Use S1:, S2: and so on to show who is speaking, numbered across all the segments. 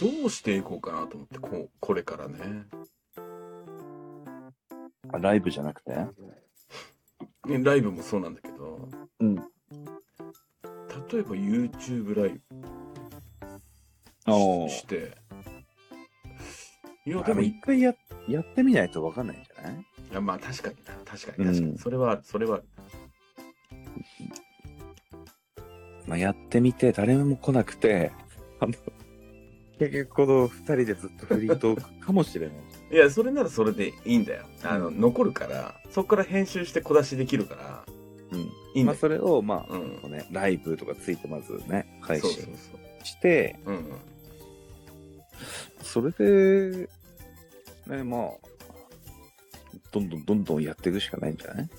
S1: どうしていこうかなと思って、こうこれからね。
S2: あライブじゃなくて
S1: ねライブもそうなんだけど、
S2: うん。
S1: 例えば YouTube ライ
S2: お
S1: ブ
S2: ー
S1: しして、いや、
S2: で
S1: で
S2: も
S1: も、い
S2: 一回ややってみないとわかんないんじゃない
S1: や、まあ確かにな、確かに、確かに。
S2: うん
S1: それはある、それはある。
S2: まあ、やってみて、誰も来なくて、あの、結局この二人でずっとフリートークかもしれない。
S1: いや、それならそれでいいんだよ。あの、残るから、そこから編集して小出しできるから、
S2: うん。
S1: いいんだ
S2: ま
S1: よ。
S2: あ、それを、まあ、
S1: うん
S2: こうね、ライブとかついてまずね、配
S1: そうそう
S2: 信
S1: そう。
S2: して、
S1: うんうん。
S2: それで、ね、まあ、どんどんどんどんやっていくしかないんじゃない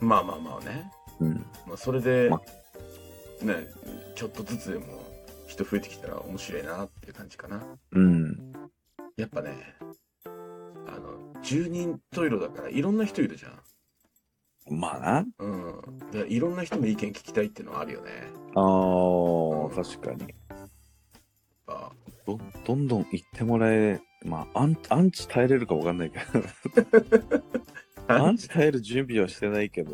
S1: まあまあまあね。
S2: うん。
S1: まあ、それで、
S2: ま
S1: ね、ちょっとずつでも人増えてきたら面白いなっていう感じかな。
S2: うん。
S1: やっぱね、あの、十人十色だからいろんな人いるじゃん。
S2: まあな。
S1: うん。で、いろんな人の意見聞きたいっていうのはあるよね。やっ
S2: あー、確かに。
S1: ぱ
S2: ど、どんどん言ってもらえ、まあ、アンアンチ耐えれるかわかんな いけど、アンチ耐える準備はしてないけど、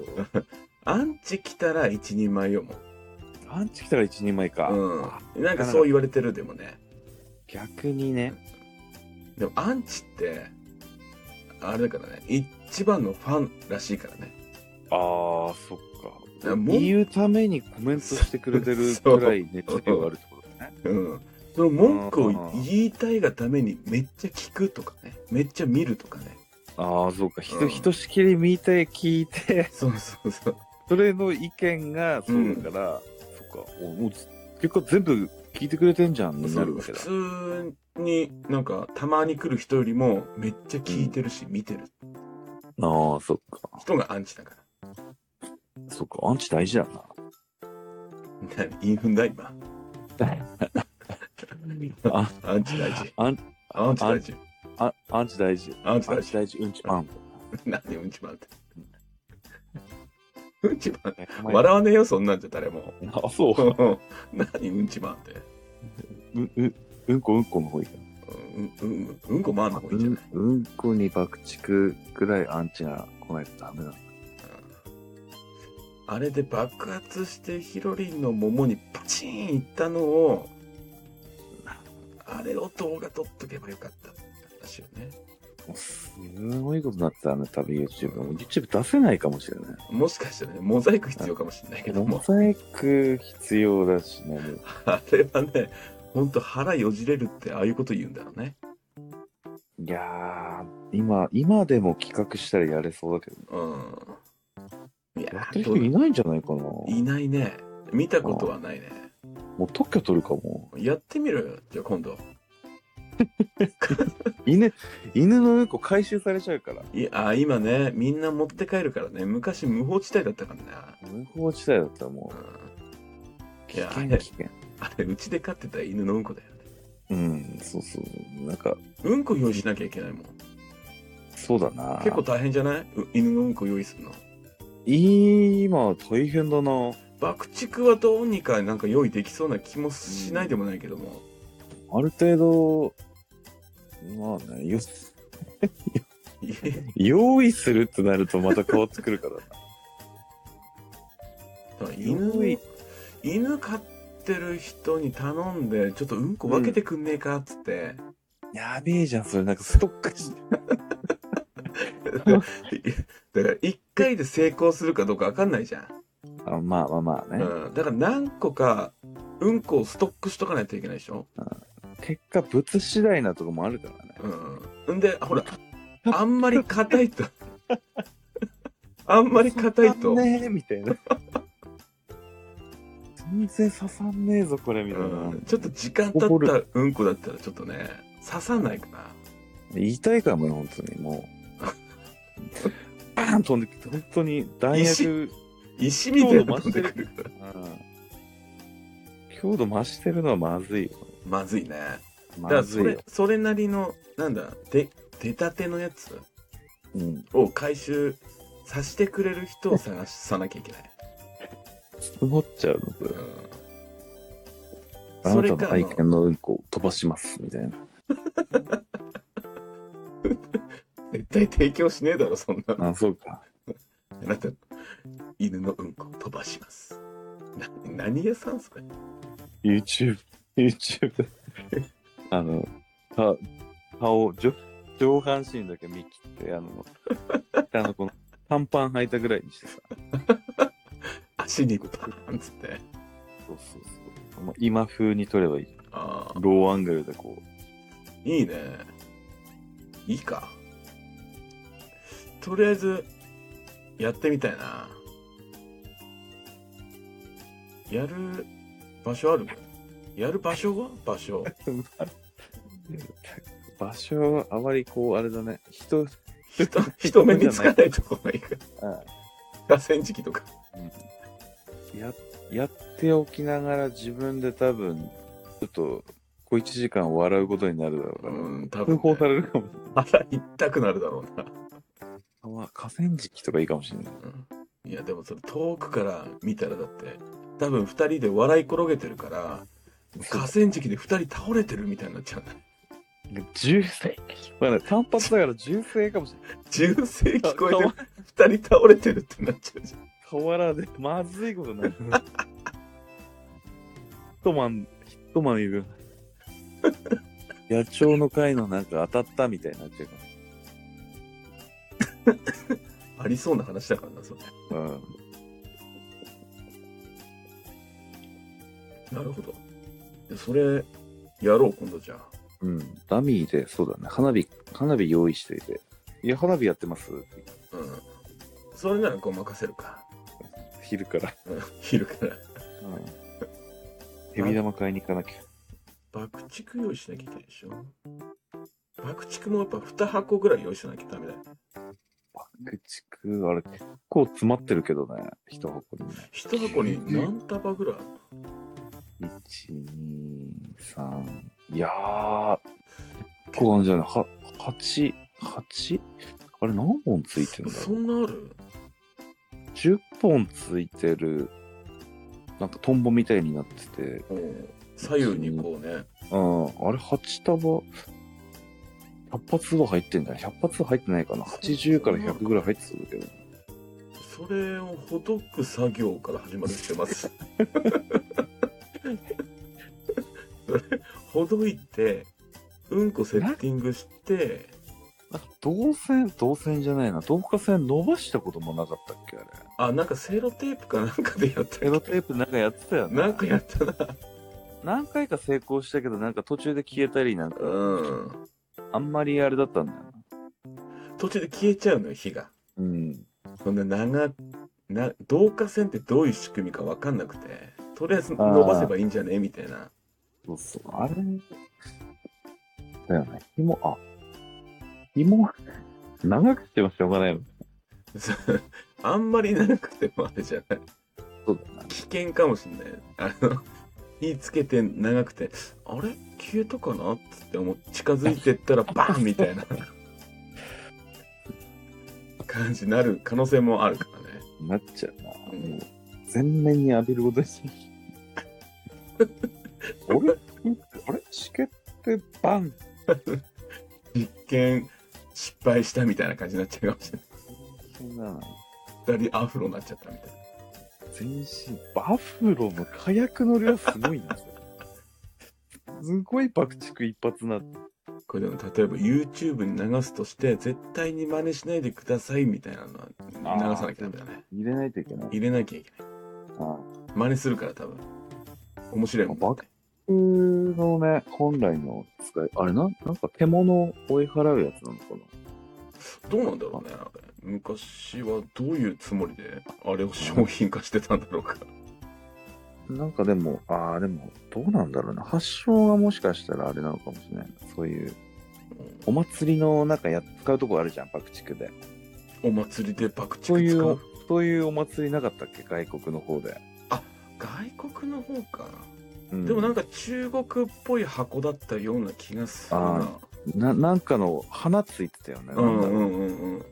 S1: アンチ来たら一人前よ、も
S2: アンチ来たら一人前か。
S1: う。うん。なんかそう言われてる、でもね。
S2: 逆にね。
S1: でもアンチって、あれだからね、一番のファンらしいからね。
S2: あー、そっ
S1: いや
S2: か。
S1: もう
S2: 言うためにコメントしてくれてるくらい熱量があるってことだね。
S1: うん。その文句を言いたいがためにめっちゃ聞くとかね。めっちゃ見るとかね。
S2: ああ、そうか。ひ
S1: う
S2: と、
S1: ん
S2: ひとしきり見て、聞いて、
S1: そうそうそう。
S2: それの意見がそうだから、そっか。おもうず結構全部聞いてくれてんじゃん、になるわ
S1: 普
S2: けだ。
S1: 通になんかたまに来る人よりもめっちゃ聞いてるし見てる
S2: ああ、そっか。
S1: 人がアンチだか
S2: そっか。アンチ大事だ な。
S1: ら。なインフンだ今。
S2: あ
S1: アンチ大事。
S2: アン
S1: アンチ大事。
S2: あアンチ大事。
S1: アンチ
S2: アン
S1: 大
S2: チ
S1: 事。
S2: 大事。うんち パン。
S1: なんでうんちまんって。うんちまん。笑わねえよ、そんなんじゃ誰も。
S2: あ、そう。
S1: 何うんちまんって。
S2: う、う、うんこうんこの方がいいかな。
S1: うん、うん、うんうんこまんの方がいいんじゃない、
S2: うんうんこに爆竹ぐらいアンチが来ないとダメだ。
S1: あれで爆発してヒロリンの桃にパチーンいったのを、あれを動画撮っとけばよかったって話よね。
S2: もうすごいことになってたね、多分 YouTube。もう YouTube 出せないかもしれない。
S1: もしかしたらね、モザイク必要かもしれないけど
S2: モ
S1: も、
S2: ザイク必要だしね。
S1: あれはね、ほんと腹よじれるってああいうこと言うんだろうね。
S2: いやー、今、今でも企画したらやれそうだけど、
S1: うん。い
S2: や
S1: や
S2: ってる人いないんじゃないかな。も
S1: いないね。見たことはないね。
S2: う特許取るかも。
S1: やってみるじゃあ今度。
S2: 犬、犬のうんこ回収されちゃうから。
S1: いや、あ今ね、みんな持って帰るからね、昔無法地帯だったからな。
S2: 無法地帯だったらも
S1: う
S2: うん
S1: い
S2: 危
S1: や
S2: 険危険。
S1: あれ、うちで飼ってた犬のうんこだよね。
S2: うん、そうそう。なんか、
S1: うんこ用意しなきゃいけないもん。
S2: そうだな。
S1: 結構大変じゃないう犬のうんこ用意するの。
S2: 今、大変だな。
S1: 爆竹はどうにかなんか用意できそうな気もしないでもないけども。
S2: ある程度、まあね、よ
S1: いえ
S2: 用意するってなるとまた変わってくるからな。
S1: だ から犬、犬飼ってる人に頼んで、ちょっとうんこ分けてくんねえかっつって。
S2: やべえじゃん、それ。なんかストックして。
S1: だから一回で成功するかどうか分かんないじゃん。
S2: あまあまあまあね。
S1: うん。だから何個か、うんこをストックしとかないといけないでしょ
S2: 結果、物次第なとこもあるからね。
S1: うん。んで、ほら、あんまり硬い と。あんまり硬いと。
S2: 刺さんねえ、みた いな。全然刺さんねえぞ、これ、みたいな。
S1: うんちょっと時間経ったうんこだったらちょっとね、刺さないかな。
S2: 言いたいからもよ、本当に。も う。バーン飛んできて、本当に弾薬、
S1: 石みたいなの飛んでくるから。
S2: うん強度増してるのはまずいよ。
S1: まずいね。だか
S2: ま
S1: ら
S2: ず
S1: そ
S2: いよ
S1: れ。、それなりの、なんだ、で、出たてのやつ
S2: うん
S1: を回収させてくれる人を探さなきゃいけない。
S2: 積もっちゃうの、それ
S1: うん
S2: あ
S1: そ
S2: な
S1: れ
S2: た
S1: かあ
S2: の
S1: の
S2: 愛犬のうんこを飛ばします、みたいな。
S1: 絶対提供しねえだろ、そんなの。
S2: あ、そうか。
S1: あなた、犬のうんこ飛ばします。な何屋さんそれ
S2: YouTube、YouTube。あの、か顔、上上半身だけ見切って、あの、 あの、この、短パン履いたぐらいにしてさ。
S1: 足にバーンっつって。
S2: そうそうそう。まあ、今風に撮ればいい。
S1: ああ、
S2: ローアングルでこう。
S1: いいね。いいか。とりあえず、やってみたいな。やる場所あるやる場所は場 所。
S2: 場所はあまりこう、あれだね。人、
S1: 人、人目につかないとこがいいから。
S2: あ
S1: 河川敷とか。
S2: や、やっておきながら自分で多分、ちょっと、小一時間笑うことになるだろう
S1: う
S2: から、
S1: ん、多
S2: 通
S1: 分、
S2: 報さ
S1: ね。
S2: れるかもし
S1: 腹痛くなるだろうな。
S2: れない。あ河川敷とかいいかもしれない。
S1: うんいやでもそれ遠くから見たらだって多分2人で笑い転げてるから河川敷で2人倒れてるみたいになっちゃうね
S2: 銃声。まあね、単発だから銃声かもしれない。
S1: 銃声聞こ
S2: か
S1: えて2人倒れてるってなっちゃうじゃん
S2: 河原で、まずいことになる。ヒットマン、ヒットマンいる。野鳥の会のなんか当たったみたいになっちゃうか
S1: ありそうな話だからなそれ
S2: ら。うん。
S1: なるほどでそれやろう今度じゃあ
S2: うん、ダミーで、そうだね、花火、花火用意していて、いや、花火やってますって
S1: うんそれならごまかせるか、
S2: 昼から、
S1: うん、昼から
S2: うん、手火玉買いに行かなきゃ。
S1: 爆竹用意しなきゃいけないでしょ爆竹もやっぱ2箱ぐらい用意しなきゃダメだよ
S2: 爆竹、あれ、結構詰まってるけどね、一箱にね。
S1: 1箱に何束ぐらいあるの
S2: 1、2、3、いやー、結構あるんじゃないは、8、8? あれ何本ついてるんだ
S1: そ
S2: ろうん
S1: なある
S2: ?10 本ついてる、なんかトンボみたいになってて、
S1: 左右にこうね、
S2: うん、あれ8束、100発は入ってんじゃない ?100 発は入ってないかな ?80 から100ぐらい入ってたんだけど。
S1: それをほどく作業から始まるってます。それほどいて、うんこセッティングして、
S2: なんか導線、導線じゃないな。導火線伸ばしたこともなかったっけあれ。
S1: あ、なんかセロテープかなんかでやった
S2: エ
S1: よ
S2: ロテープなんかやってたよね。
S1: なんかやったな。
S2: 何回か成功したけど、なんか途中で消えたり、なんか、
S1: うん。
S2: あんまりあれだったんだよな。
S1: 途中で消えちゃうのよ、火が。
S2: うん。
S1: そんな長、な、導火線ってどういう仕組みかわかんなくて、とりあえず伸ばせばいいんじゃねみたいな。
S2: そうそう。あれ、だよね。紐、あ、紐、長くしてもしょうがないの。
S1: あんまり長くてもあれじゃない。
S2: そうだな。
S1: 危険かもしんないあの火つけて長くてあれ消えたかなっつって思う近づいてったらバンみたいな感じになる可能性もあるからね
S2: なっちゃうな。
S1: うん
S2: もう全面に浴びること です。あれあれチケってバン
S1: 実験失敗したみたいな感じになっちゃうかもしれ
S2: そんな
S1: ない二人アフロになっちゃったみたいな
S2: 全身バフロの火薬の量すごいな。すごい爆竹一発な。
S1: これでも例えば YouTube に流すとして絶対に真似しないでくださいみたいなのは流さなきゃダメだね
S2: 入れないといけない。
S1: 入れなきゃいけない
S2: あ
S1: 真似するから多分面白いもん
S2: バ僕のね、本来の使い、あれな、なんか手物を追い払うやつなのかな
S1: どうなんだろうねあれ昔はどういうつもりであれを商品化してたんだろうか
S2: なんかでも、ああ、でも、どうなんだろうな。発祥がもしかしたらあれなのかもしれない。そういう、お祭りのなんかやっ使うとこあるじゃん、爆竹で。
S1: お祭りで爆竹使
S2: そうういう、そういうお祭りなかったっけ外国の方で。
S1: 外国の方か、
S2: うん、
S1: でもなん
S2: か
S1: か中国っぽい箱だったような気がするな
S2: な、なんかの花ついてたよね。
S1: うん
S2: な
S1: うん
S2: だろうん
S1: うんうん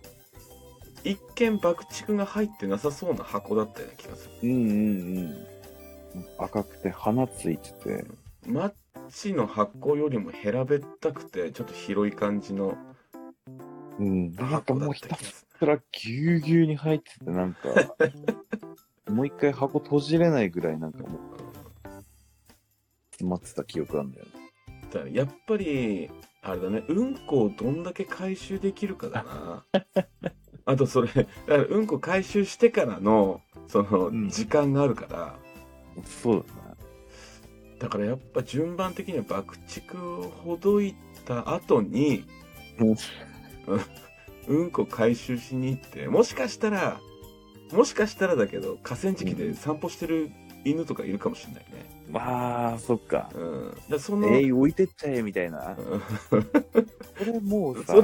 S1: 一見爆竹が入ってなさそうな箱だったような気がする
S2: うんうんうん。赤くて花ついてて、
S1: マッチの発酵よりも平べったくて、ちょっと広い感じの
S2: うん。なんか
S1: 箱だ
S2: も
S1: っ
S2: うひ
S1: た
S2: た
S1: 気がす
S2: そらぎゅうぎゅうに入ってて、なん か、もう一回箱閉じれないぐらい、なんかもう、詰まってた記憶なんだよね。
S1: る。やっぱり、あれだね、うんこをどんだけ回収できるかだ な。あとそれ、だからうんこ回収してからの、そ
S2: うん
S1: の、時間があるから、
S2: そうだな。
S1: だからやっぱ順番的には爆竹をほどいた後に、
S2: うん
S1: うんこ回収しに行って、もしかしたら、もしかしたらだけど、河川敷で散歩してる犬とかいるかもしれないね。
S2: まあ、そっか。
S1: うん。だからそ
S2: え
S1: の、
S2: い、置いてっちゃえ、みたいな。
S1: うん
S2: これもうさ、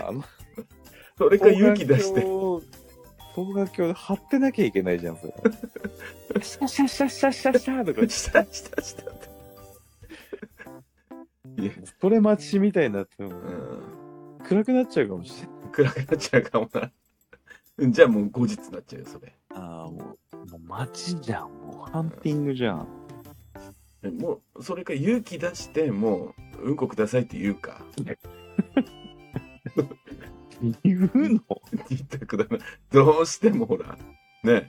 S1: それそれか勇気出して、
S2: 双眼鏡で貼ってなきゃいけないじゃん、それ。 シャシャシャシャシャシャと か、
S1: したしたしたって。いや、
S2: それ待ちみたいになっても、
S1: うん。
S2: 暗くなっちゃうかもしれない。
S1: 暗くなっちゃうかもな。うんじゃあもう後日になっちゃうよ、それ。
S2: ああ、もう、もう待ちじゃん、もう、ハンティングじゃん。
S1: でもう、それか勇気出して、もう、うんこくださいって言うか。
S2: 言うの
S1: 一択だな。どうしてもほら、ね、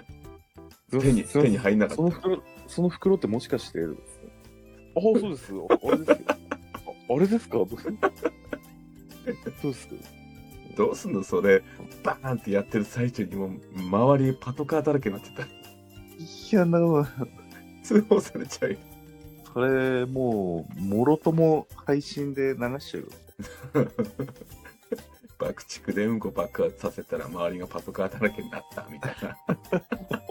S1: 手に、
S2: そ
S1: 手に入んなか
S2: その
S1: った。
S2: 袋、その袋ってもしかして、ああ、そうです。あれですよ。ああれですかそうです。
S1: どうすんのそれ、バーンってやってる最中にもう、周りパトカーだらけになってたら、
S2: いや、なるほど。
S1: 通報されちゃうよ。
S2: それ、もう、もろとも配信で流しちゃうよ。
S1: 爆竹でうんこ爆発させたら周りがパトカーだらけになったみたいな。